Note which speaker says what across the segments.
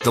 Speaker 1: The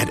Speaker 2: At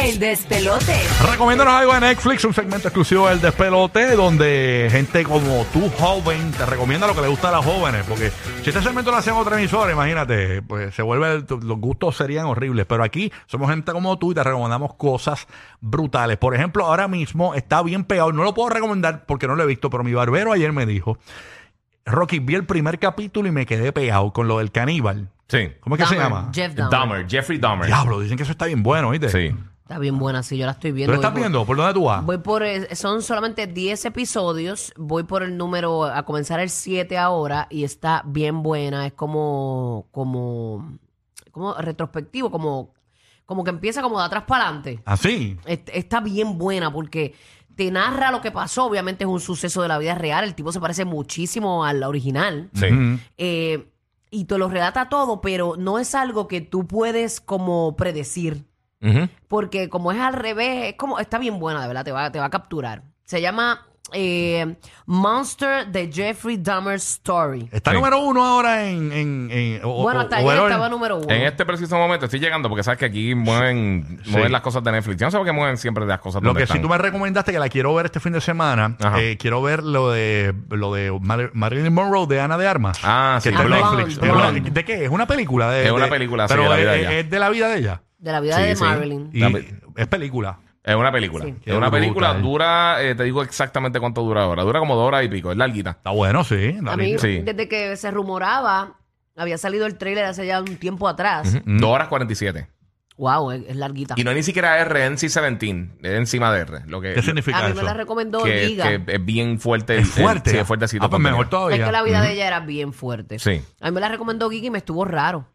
Speaker 3: El despelote.
Speaker 4: Recomiéndanos algo de Netflix, un segmento exclusivo del despelote, donde gente como tú, joven, te recomienda lo que le gusta a los jóvenes. Porque si este segmento lo hacen otra emisora, imagínate, pues se vuelve, los gustos serían horribles. Pero aquí somos gente como tú y te recomendamos cosas brutales. Por ejemplo, ahora mismo está bien pegado, no lo puedo recomendar porque no lo he visto, pero mi barbero ayer me dijo, Rocky, vi el primer capítulo y me quedé pegado con lo del caníbal.
Speaker 5: Sí.
Speaker 4: ¿Cómo es que se
Speaker 3: Dahmer,
Speaker 4: llama?
Speaker 3: Jeff Dahmer.
Speaker 5: Dahmer, Jeffrey Dahmer.
Speaker 4: Diablo, dicen que eso está bien bueno, ¿viste?
Speaker 5: Sí.
Speaker 3: Está bien buena, sí, yo la estoy
Speaker 4: ¿Tú lo
Speaker 3: viendo.
Speaker 4: estás
Speaker 3: Voy por-
Speaker 4: viendo? ¿Por dónde tú vas?
Speaker 3: Voy por, eh, son solamente 10 episodios, voy por el número, a comenzar el 7 ahora y está bien buena, es como, como, como retrospectivo, como, como que empieza como de atrás para adelante.
Speaker 4: ¿Ah, Así.
Speaker 3: Est- Está bien buena porque te narra lo que pasó, obviamente es un suceso de la vida real, el tipo se parece muchísimo al original.
Speaker 5: Sí.
Speaker 3: Eh, y te lo relata todo, pero no es algo que tú puedes como predecir.
Speaker 5: Ujú.
Speaker 3: Porque como es al revés, es como, está bien buena, de verdad, te va, te va a capturar. Se llama eh, Monster de Jeffrey Dahmer Story.
Speaker 4: Está
Speaker 5: Sí.
Speaker 4: número uno ahora en. en, en- o-
Speaker 3: bueno,
Speaker 4: o-
Speaker 3: hasta ayer
Speaker 4: overall.
Speaker 3: estaba número uno.
Speaker 5: En este preciso momento estoy llegando porque sabes que aquí mueven,
Speaker 4: Sí.
Speaker 5: mueven las cosas de Netflix. Yo no sé por qué mueven siempre las cosas
Speaker 4: Lo
Speaker 5: donde
Speaker 4: que
Speaker 5: están.
Speaker 4: sí tú me recomendaste que la quiero ver este fin de semana,
Speaker 5: Ajá.
Speaker 4: eh, quiero ver lo de lo de Mar- Marilyn Monroe de Ana de Armas.
Speaker 5: Ah,
Speaker 4: que
Speaker 5: sí,
Speaker 4: está en
Speaker 5: Blonde,
Speaker 4: Netflix.
Speaker 3: Blonde.
Speaker 4: Es una-
Speaker 5: Blonde.
Speaker 4: ¿De qué? Es una película. De,
Speaker 5: Es una
Speaker 4: de-
Speaker 5: película, sí,
Speaker 4: Pero
Speaker 5: de la vida de
Speaker 4: es,
Speaker 5: ella.
Speaker 4: es de la vida de ella.
Speaker 3: de la vida
Speaker 5: Sí,
Speaker 3: de
Speaker 5: sí.
Speaker 3: Marilyn.
Speaker 4: Y
Speaker 5: La pe-
Speaker 4: es película.
Speaker 5: Es una película.
Speaker 3: Sí.
Speaker 5: Es una
Speaker 4: Qué
Speaker 5: película.
Speaker 4: brutal.
Speaker 5: Dura, eh, te digo exactamente cuánto dura ahora. Dura como dos horas y pico. Es larguita.
Speaker 4: Está bueno, sí. la
Speaker 3: A mí,
Speaker 4: película.
Speaker 5: Sí.
Speaker 3: desde que se rumoraba, había salido el trailer hace ya un tiempo atrás.
Speaker 5: Dos horas cuarenta y siete.
Speaker 3: Wow, es, es larguita.
Speaker 5: Y no es ni siquiera R, es NC-17. Es encima de R. Lo que,
Speaker 4: ¿Qué
Speaker 3: a
Speaker 4: significa
Speaker 3: mí
Speaker 4: eso?
Speaker 3: me la recomendó
Speaker 5: que,
Speaker 3: Giga.
Speaker 5: que es bien fuerte.
Speaker 4: es fuerte.
Speaker 5: Eh, sí, es fuertecito.
Speaker 4: Ah, pues
Speaker 5: contenido.
Speaker 4: mejor todavía.
Speaker 3: Es que la vida de ella era bien fuerte.
Speaker 5: Sí.
Speaker 3: A mí me la recomendó Giga y me estuvo raro.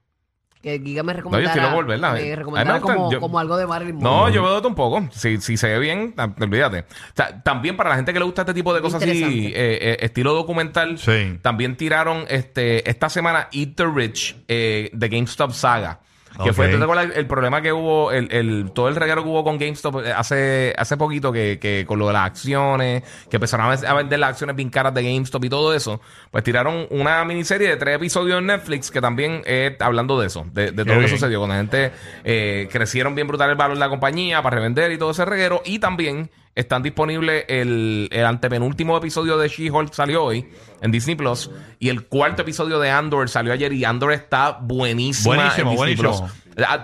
Speaker 3: Que Giga me
Speaker 5: estoy
Speaker 3: recomendara,
Speaker 5: loco por verla. A mí
Speaker 3: me
Speaker 5: me
Speaker 3: recomendara
Speaker 5: gusta-
Speaker 3: como,
Speaker 5: yo-
Speaker 3: como algo de Marilyn
Speaker 5: No,
Speaker 3: Monroe.
Speaker 5: yo veo de todo un poco. Si, si se ve bien, tam- olvídate. O sea, también para la gente que le gusta este tipo de cosas así,
Speaker 3: Interesante.
Speaker 5: eh, eh, estilo documental,
Speaker 4: Sí.
Speaker 5: también tiraron este esta semana Eat the Rich eh, de GameStop Saga. Que
Speaker 4: Ok.
Speaker 5: fue, ¿tú te acuerdas el problema que hubo, el, el- todo el reguero que hubo con GameStop eh, hace, hace poquito que, que con lo de las acciones, que empezaron a ve- a vender las acciones bien caras de GameStop y todo eso? Pues tiraron una miniserie de tres episodios en Netflix que también eh, hablando de eso, de, de
Speaker 4: Qué
Speaker 5: todo lo que
Speaker 4: bien.
Speaker 5: sucedió. Cuando la gente eh, crecieron bien brutal el valor de la compañía para revender y todo ese reguero. Y también están disponibles el, el antepenúltimo episodio de She-Hulk salió hoy en Disney Plus. Y el cuarto episodio de Andor salió ayer. Y Andor está buenísimo.
Speaker 4: Buenísimo, buenísimo.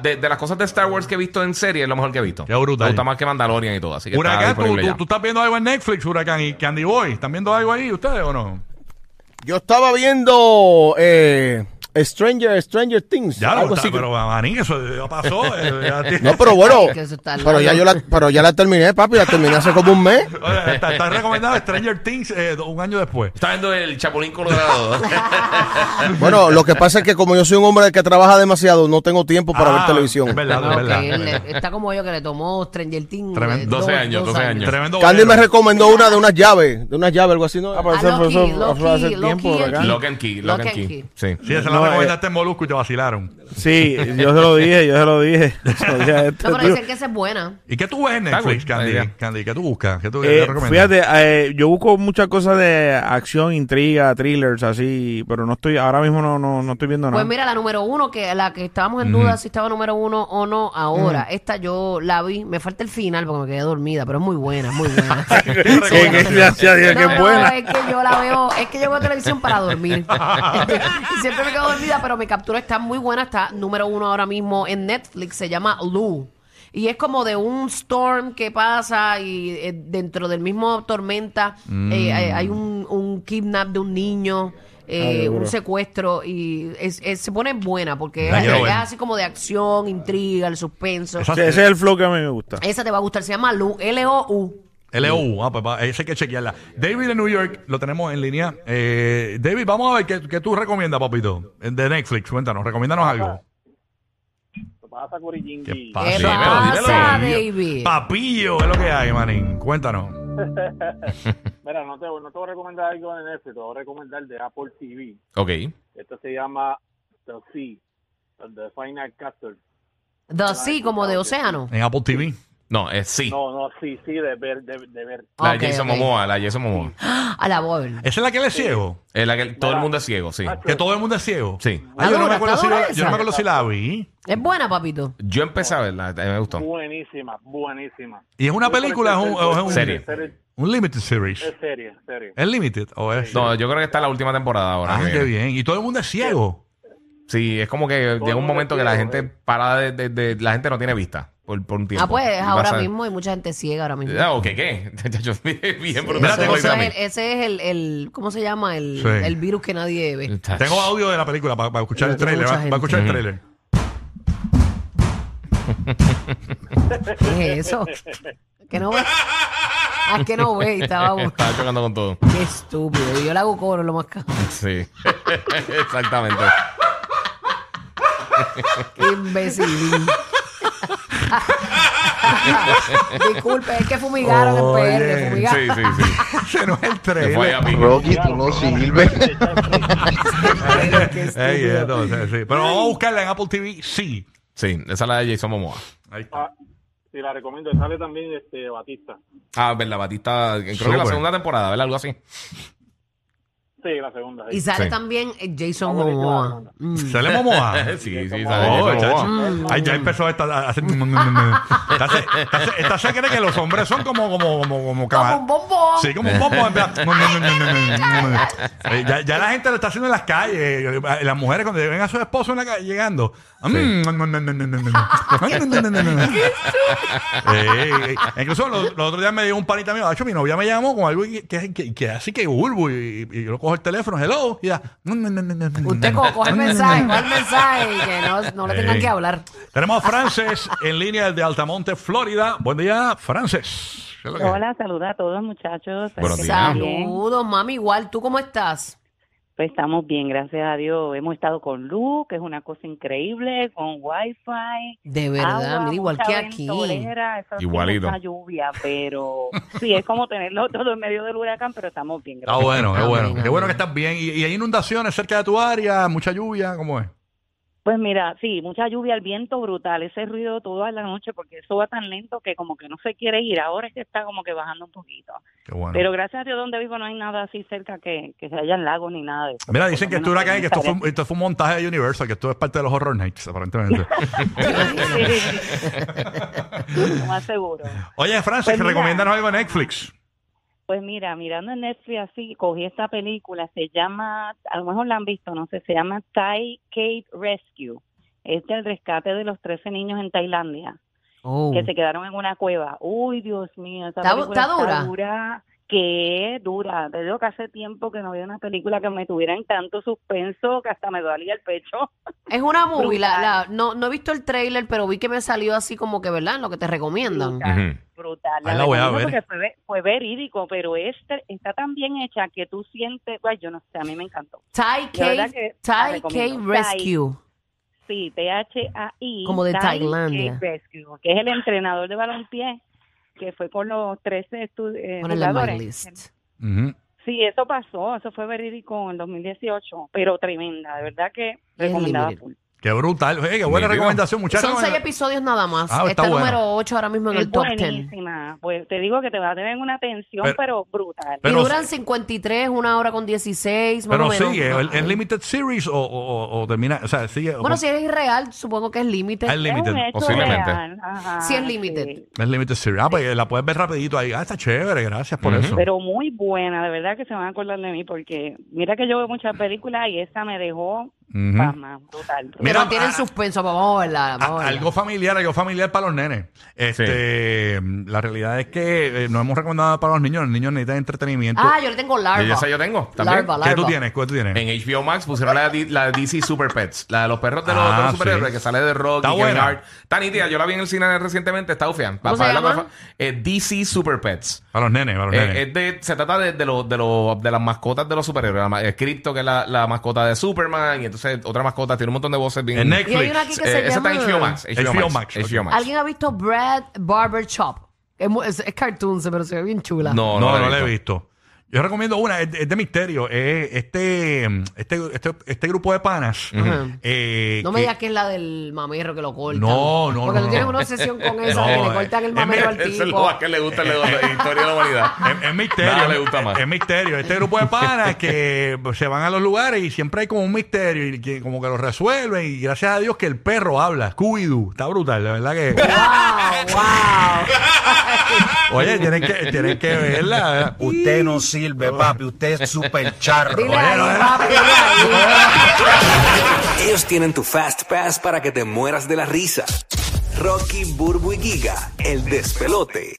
Speaker 5: De, de las cosas de Star Wars que he visto en serie, es lo mejor que he visto.
Speaker 4: Qué brutal.
Speaker 5: Me gusta más que Mandalorian y todo. Así que está
Speaker 4: Huracán, tú,
Speaker 5: disponible
Speaker 4: tú-
Speaker 5: ya.
Speaker 4: tú estás viendo algo en Netflix, Huracán y Candy Boy. ¿Están viendo algo ahí ustedes o no?
Speaker 6: Yo estaba viendo eh, Stranger, Stranger Things.
Speaker 4: Ya lo
Speaker 6: algo
Speaker 4: está,
Speaker 6: así.
Speaker 4: pero maní, eso ya pasó. eh, ya tiene-
Speaker 6: No, pero bueno.
Speaker 3: Que eso está al
Speaker 6: pero, ya
Speaker 3: lado.
Speaker 6: yo la, pero ya la terminé, papi. La terminé hace como un mes.
Speaker 4: Oye, está, está recomendado Stranger Things eh, un año después.
Speaker 5: Está viendo el Chapulín Colorado.
Speaker 6: Bueno, lo que pasa es que como yo soy un hombre que trabaja demasiado, no tengo tiempo para
Speaker 4: Ah,
Speaker 6: ver televisión.
Speaker 4: Es verdad,
Speaker 3: Ah,
Speaker 4: es
Speaker 3: ok,
Speaker 4: verdad.
Speaker 3: él le- está como yo que le tomó Stranger Things.
Speaker 4: Tremendo.
Speaker 3: eh,
Speaker 5: 12
Speaker 3: dos-
Speaker 5: años,
Speaker 3: dos
Speaker 5: 12 años.
Speaker 4: Tremendo.
Speaker 6: Candy me
Speaker 4: bolero.
Speaker 6: recomendó una de unas llaves, de unas llaves, algo así, ¿no?
Speaker 3: pero eso- Ah, Loki, eso- Loki, eso hace Loki, tiempo, Loki. Huracán.
Speaker 5: Lock and Key. Lock and Key. Sí.
Speaker 4: Sí, esa la
Speaker 6: eh,
Speaker 7: No,
Speaker 4: recomendaste en Molusco y te vacilaron.
Speaker 7: Sí, yo se lo dije, yo se lo dije. Se lo dije a este
Speaker 3: No, pero
Speaker 7: tío.
Speaker 3: dicen que esa es buena.
Speaker 4: ¿Y qué tú ves en Netflix,
Speaker 5: Está
Speaker 4: Candy?
Speaker 5: bien.
Speaker 4: Candy, ¿qué tú buscas? ¿Qué tú qué
Speaker 7: Eh,
Speaker 4: recomiendas?
Speaker 7: fíjate, eh, yo busco muchas cosas de acción, intriga, thrillers, así, pero no estoy, ahora mismo no, no, no estoy viendo nada.
Speaker 3: Pues mira, la número uno, que la que estábamos en duda si estaba número uno o no ahora. Esta yo la vi, me falta el final porque me quedé dormida, pero es muy buena, es muy buena.
Speaker 7: que, que, gracias a Dios, que
Speaker 3: No,
Speaker 7: es buena.
Speaker 3: es que yo la veo, es que yo veo televisión para dormir. y siempre me quedo dormida, pero mi captura está muy buena, está número uno ahora mismo en Netflix, se llama Lou. Y es como de un storm que pasa y eh, dentro del mismo tormenta
Speaker 7: Mm.
Speaker 3: eh, hay, hay un, un kidnap de un niño, eh, un secuestro y es- es- se pone buena porque
Speaker 4: La
Speaker 3: es,
Speaker 4: quiero
Speaker 3: es
Speaker 4: ver.
Speaker 3: así como de acción, intriga, el suspenso.
Speaker 4: Esa-
Speaker 7: Sí, ese es el flow que a mí me gusta.
Speaker 3: Esa te va a gustar, se llama Lu, L-O-U.
Speaker 4: LU, ah, papá, esa hay que chequearla. David en New York, lo tenemos en línea. Eh, David, vamos a ver qué, qué tú recomiendas, papito, de Netflix. Cuéntanos, recomiéndanos algo.
Speaker 8: pasa, Corillín?
Speaker 4: ¿Qué
Speaker 3: ¿Qué
Speaker 4: Sí, pero
Speaker 3: pasa,
Speaker 4: dímelo.
Speaker 3: David?
Speaker 4: Papillo, es lo que hay, manín. Cuéntanos.
Speaker 8: Mira, no te, no te voy a recomendar algo de Netflix, te voy a recomendar de Apple TV.
Speaker 5: Ok.
Speaker 8: Esto se llama The Sea, The Final Castle.
Speaker 3: The Sea, como de océano.
Speaker 4: En Apple TV.
Speaker 5: No, es sí.
Speaker 8: No, no, sí, sí, de ver, de, de ver.
Speaker 5: La
Speaker 3: Ok,
Speaker 5: de Jason
Speaker 3: ok.
Speaker 5: Momoa, la de Jason Momoa.
Speaker 3: A la voy a ver.
Speaker 4: ¿Esa es la que él es ciego?
Speaker 5: Es la que todo el mundo es ciego, sí.
Speaker 4: Que todo el mundo es ciego.
Speaker 5: Sí.
Speaker 4: Ay, yo, no
Speaker 3: Madura,
Speaker 4: me acuerdo si
Speaker 3: madura
Speaker 4: la, yo no me
Speaker 3: esa.
Speaker 4: acuerdo si la vi.
Speaker 3: Es buena, papito.
Speaker 5: Yo empecé a verla, me gustó.
Speaker 8: Buenísima, buenísima.
Speaker 4: ¿Y es una película o es un- o es un-
Speaker 5: Serie.
Speaker 4: Un limited series.
Speaker 8: Es serie, serie.
Speaker 4: ¿Es limited o es?
Speaker 5: No, yo creo que está la última temporada ahora.
Speaker 4: Ah,
Speaker 5: que
Speaker 4: qué
Speaker 5: viene.
Speaker 4: bien. Y todo el mundo es ciego.
Speaker 5: Sí, es como que llega un
Speaker 8: mundo
Speaker 5: momento que la
Speaker 8: ciego,
Speaker 5: gente
Speaker 8: eh.
Speaker 5: para de, de- de- la gente no tiene vista por, por un tiempo.
Speaker 3: Ah, pues
Speaker 5: Y
Speaker 3: ahora
Speaker 5: pasa-
Speaker 3: mismo hay mucha gente ciega ahora mismo.
Speaker 5: Ah, ok, ¿qué? Yo- bien
Speaker 3: Ese-
Speaker 5: brutal.
Speaker 4: tengo
Speaker 3: ese,
Speaker 4: examen.
Speaker 3: es el, ese es el, el- ¿cómo se llama? El,
Speaker 4: Sí.
Speaker 3: el virus que nadie ve.
Speaker 5: Está-
Speaker 4: Tengo audio de la película para, escuchar el
Speaker 3: Mucha
Speaker 4: trailer. Va, va a
Speaker 3: gente.
Speaker 4: escuchar el trailer.
Speaker 3: ¿Qué es eso? ¿Que no ve? Ah, que no ve. y Estaba bu-
Speaker 5: Estaba chocando con todo.
Speaker 3: Qué estúpido. Y Yo le hago coro lo más caro.
Speaker 5: Sí. Exactamente.
Speaker 3: Qué imbécil. Disculpe, es que fumigaron
Speaker 4: Oye.
Speaker 3: en PR.
Speaker 5: Sí,
Speaker 3: Fumigaron.
Speaker 5: sí, sí.
Speaker 4: Ese no es el
Speaker 5: Se fue a
Speaker 4: trailer.
Speaker 5: pique.
Speaker 6: Rocky, tú no sirves.
Speaker 3: Qué
Speaker 4: Ey,
Speaker 3: estúpido.
Speaker 4: entonces, sí. Pero vamos a buscarla en Apple TV. Sí.
Speaker 5: Sí, esa es la de Jason Momoa.
Speaker 4: Ahí está.
Speaker 8: Ah, sí, la recomiendo. Sale también este Batista.
Speaker 5: Ah, verdad, Batista. Creo que
Speaker 4: Súper.
Speaker 5: la segunda temporada, ¿verdad? Algo así.
Speaker 8: Sí, la segunda. sí.
Speaker 3: Y sale
Speaker 5: Sí.
Speaker 3: también eh, Jason
Speaker 8: Vamos a ver qué va,
Speaker 3: Momoa.
Speaker 8: vamos.
Speaker 3: Mm.
Speaker 4: Sale Momoa.
Speaker 5: Sí, sí,
Speaker 8: Jason
Speaker 5: sale
Speaker 4: Oh,
Speaker 5: Jason Momoa.
Speaker 4: chacho. Ay, ya empezó esta a hacer- Esta se- esta se- esta se cree que los hombres son como como como como
Speaker 3: Como un
Speaker 4: cama-
Speaker 3: bombón.
Speaker 4: Sí, como un bombo. en plan. Eh, ya, ya la gente lo está haciendo en las calles. eh, ah, Las mujeres cuando ven a su esposo en la calle llegando. Mm, Eh, eh, Incluso los, los otros días me dio un panita mío. De hecho, mi novia me llamó con algo que, que, que- que así que bulbo. Y, y yo lo cojo el teléfono, hello. Y ya.
Speaker 3: Usted co- coge el mensaje, coge el mensaje y que no, no le tengan
Speaker 4: Mm. Ey.
Speaker 3: que hablar.
Speaker 4: Tenemos a Frances en línea desde Altamonte, Florida. Buen día, Frances. ¿Qué es lo que es?
Speaker 9: Hola, saluda a todos muchachos.
Speaker 5: Buenos
Speaker 9: Espero que
Speaker 5: días.
Speaker 9: estén bien.
Speaker 3: Saludos, mami. Igual, ¿tú cómo estás?
Speaker 9: Pues estamos bien, gracias a Dios. Hemos estado con luz, que es una cosa increíble, con wifi.
Speaker 3: De verdad,
Speaker 9: agua,
Speaker 3: mira, igual
Speaker 9: mucha
Speaker 3: que aquí.
Speaker 9: ventolera, eso sí,
Speaker 5: Igualito.
Speaker 9: mucha lluvia, pero sí, es como tenerlo todo en medio del huracán, pero estamos bien,
Speaker 4: Está
Speaker 9: gracias.
Speaker 4: Ah, bueno, qué
Speaker 3: Amén,
Speaker 4: bueno. Qué
Speaker 3: amén.
Speaker 4: bueno que estás bien. ¿Y, y hay inundaciones cerca de tu área? ¿Mucha lluvia? ¿Cómo es?
Speaker 9: Pues mira, sí, mucha lluvia, el viento brutal, ese ruido toda la noche, porque eso va tan lento que como que no se quiere ir. Ahora es que está como que bajando un poquito.
Speaker 4: Qué bueno.
Speaker 9: Pero gracias a Dios, donde vivo no hay nada así cerca que, que se hayan lagos ni nada de eso.
Speaker 4: Mira,
Speaker 9: Por
Speaker 4: dicen
Speaker 9: lo
Speaker 4: que este
Speaker 9: menos
Speaker 4: huracán
Speaker 9: en
Speaker 4: y que esto
Speaker 9: esta
Speaker 4: fue,
Speaker 9: área.
Speaker 4: un- esto fue un montaje de Universal, que esto es parte de los Horror Nights, aparentemente.
Speaker 9: Pues Sí, lo más seguro.
Speaker 4: Oye, Frances,
Speaker 9: Pues
Speaker 4: que
Speaker 9: mira.
Speaker 4: recomiendan algo en Netflix.
Speaker 9: Pues mira, mirando en Netflix así, cogí esta película, se llama, a lo mejor la han visto, no sé, se llama Thai Cave Rescue. Es del rescate de los 13 niños en Tailandia
Speaker 3: Oh.
Speaker 9: que se quedaron en una cueva. Uy, Dios mío, esa
Speaker 3: ¿Está-
Speaker 9: película
Speaker 3: está dura?
Speaker 9: dura. Qué dura. Te digo que hace tiempo que no había una película que me tuviera en tanto suspenso que hasta me dolía el pecho.
Speaker 3: Es una movie. La,
Speaker 9: Brutal.
Speaker 3: la- no, no he visto el trailer, pero vi que me salió así como que, ¿verdad? Lo que te recomiendan.
Speaker 9: Brutal,
Speaker 5: Ujú.
Speaker 9: brutal.
Speaker 4: Ahí la voy a
Speaker 9: recomiendo
Speaker 4: ver.
Speaker 9: porque Fue, ve- fue verídico, pero este está tan bien hecha que tú sientes, ay, yo no sé, a mí me encantó.
Speaker 3: Thai
Speaker 9: La verdad
Speaker 3: Cave,
Speaker 9: que la
Speaker 3: Thai Cave
Speaker 9: recomiendo.
Speaker 3: Rescue.
Speaker 9: Sí, T-H-A-I.
Speaker 3: Como de
Speaker 9: Thai
Speaker 3: Tailandia.
Speaker 9: Cave Rescue, que es el entrenador de balompié que fue con los 13 estu- eh,
Speaker 3: Ponela en my
Speaker 9: jugadores.
Speaker 3: list.
Speaker 4: Ujú.
Speaker 9: Sí, eso pasó, eso fue verídico en 2018, pero tremenda, de verdad
Speaker 3: Y
Speaker 9: que
Speaker 3: es
Speaker 9: recomendada
Speaker 3: limited.
Speaker 9: full.
Speaker 4: Qué brutal. Oye, qué buena
Speaker 5: Nítido.
Speaker 4: recomendación, muchachos.
Speaker 3: Son seis episodios nada más.
Speaker 4: Ah, está
Speaker 3: está
Speaker 4: buena.
Speaker 3: número 8 ahora mismo en
Speaker 9: Es
Speaker 3: el top 10.
Speaker 9: buenísima, pues te digo que te va a tener una tensión,
Speaker 4: Pero-
Speaker 9: pero, brutal.
Speaker 4: Pero-
Speaker 3: y duran 53, una hora con 16, más o
Speaker 4: Pero
Speaker 3: menos.
Speaker 4: sigue, ¿es Limited Series o, o- o- o termina? O sea, sigue.
Speaker 3: Bueno, si eres irreal, supongo que es límite.
Speaker 4: Ah, es
Speaker 9: Es un
Speaker 4: Limited.
Speaker 9: hecho
Speaker 5: posiblemente.
Speaker 9: real, ajá,
Speaker 3: Sí, es limited.
Speaker 4: Es Limited Series. Ah, pues la puedes ver rapidito ahí. Ah, está chévere, gracias por
Speaker 5: Ujú.
Speaker 4: eso.
Speaker 9: Pero muy buena, de verdad que se van a acordar de mí, porque mira que yo veo muchas películas y esa me dejó Pasma, brutal.
Speaker 3: Pero
Speaker 4: Mira,
Speaker 3: tienen
Speaker 4: ah,
Speaker 3: suspenso, pues vamos a verla.
Speaker 4: A-
Speaker 3: vamos a verla.
Speaker 4: Ah, algo familiar, algo familiar para los nenes. Este, La realidad es que eh, no hemos recomendado nada para los niños. Los niños necesitan entretenimiento.
Speaker 3: Ah, yo le tengo larva.
Speaker 5: Y esa yo tengo, también.
Speaker 3: Larva,
Speaker 4: ¿Qué
Speaker 3: larva.
Speaker 4: tú tienes? ¿Cuál tú tienes?
Speaker 5: En HBO Max pusieron la, de- la de DC Super Pets, la de los perros de los, de los
Speaker 4: Ah,
Speaker 5: superhéroes
Speaker 4: sí.
Speaker 5: que sale de Rock
Speaker 4: Está
Speaker 5: y Kevin
Speaker 4: buena.
Speaker 5: Hart. Está nítida, yo la vi en el cine recientemente, está ufia.
Speaker 3: ¿Cómo se llama?
Speaker 5: DC eh, Super Pets.
Speaker 4: Para los nenes, para los
Speaker 5: Eh,
Speaker 4: nenes.
Speaker 5: es de- se trata de, de, los- de, los- de las mascotas de los superhéroes. La ma- eh, Crypto, que es la, la mascota de Superman, y entonces otra mascota tiene un montón de voces bien.
Speaker 4: En Netflix.
Speaker 3: Y hay una aquí que se
Speaker 5: Eh, esa está en
Speaker 3: llama-
Speaker 5: HBO Max. HBO,
Speaker 4: HBO
Speaker 5: Max.
Speaker 4: Max,
Speaker 5: HBO
Speaker 4: ok.
Speaker 5: Max.
Speaker 3: ¿Alguien ha visto Brad Barber Shop? Es, mu- es, es cartoon, pero se ve bien chula.
Speaker 5: No,
Speaker 4: No,
Speaker 5: no,
Speaker 4: no la he visto. Yo recomiendo una, es de, es de misterio. Es este, este, este, este grupo de panas.
Speaker 3: Ujú.
Speaker 4: eh,
Speaker 3: No me digas que es la del mamerro que lo corta.
Speaker 4: No, no,
Speaker 3: Porque
Speaker 4: no,
Speaker 3: tú tienes
Speaker 4: no.
Speaker 3: una obsesión con esa
Speaker 4: No,
Speaker 3: que le
Speaker 4: eh,
Speaker 3: cortan el
Speaker 4: es
Speaker 3: mamerro al
Speaker 5: Ese es lo
Speaker 3: tipo.
Speaker 5: más que le gusta la la historia de la humanidad.
Speaker 4: Es, es misterio.
Speaker 5: Nada le gusta más.
Speaker 4: Es, misterio. Este grupo de panas que pues, se van a los lugares y siempre hay como un misterio y que como que lo resuelven. Y gracias a Dios que el perro habla. Scooby-Doo. Está brutal, la verdad que.
Speaker 3: ¡Wow! ¡Wow!
Speaker 4: Oye, tienen que, tienen que verla.
Speaker 10: Usted no sirve, papi. Usted es súper charro.
Speaker 3: Dile ahí, papi, dile ahí.
Speaker 11: Ellos tienen tu Fast Pass para que te mueras de la risa. Rocky, Burbu y Giga, el despelote.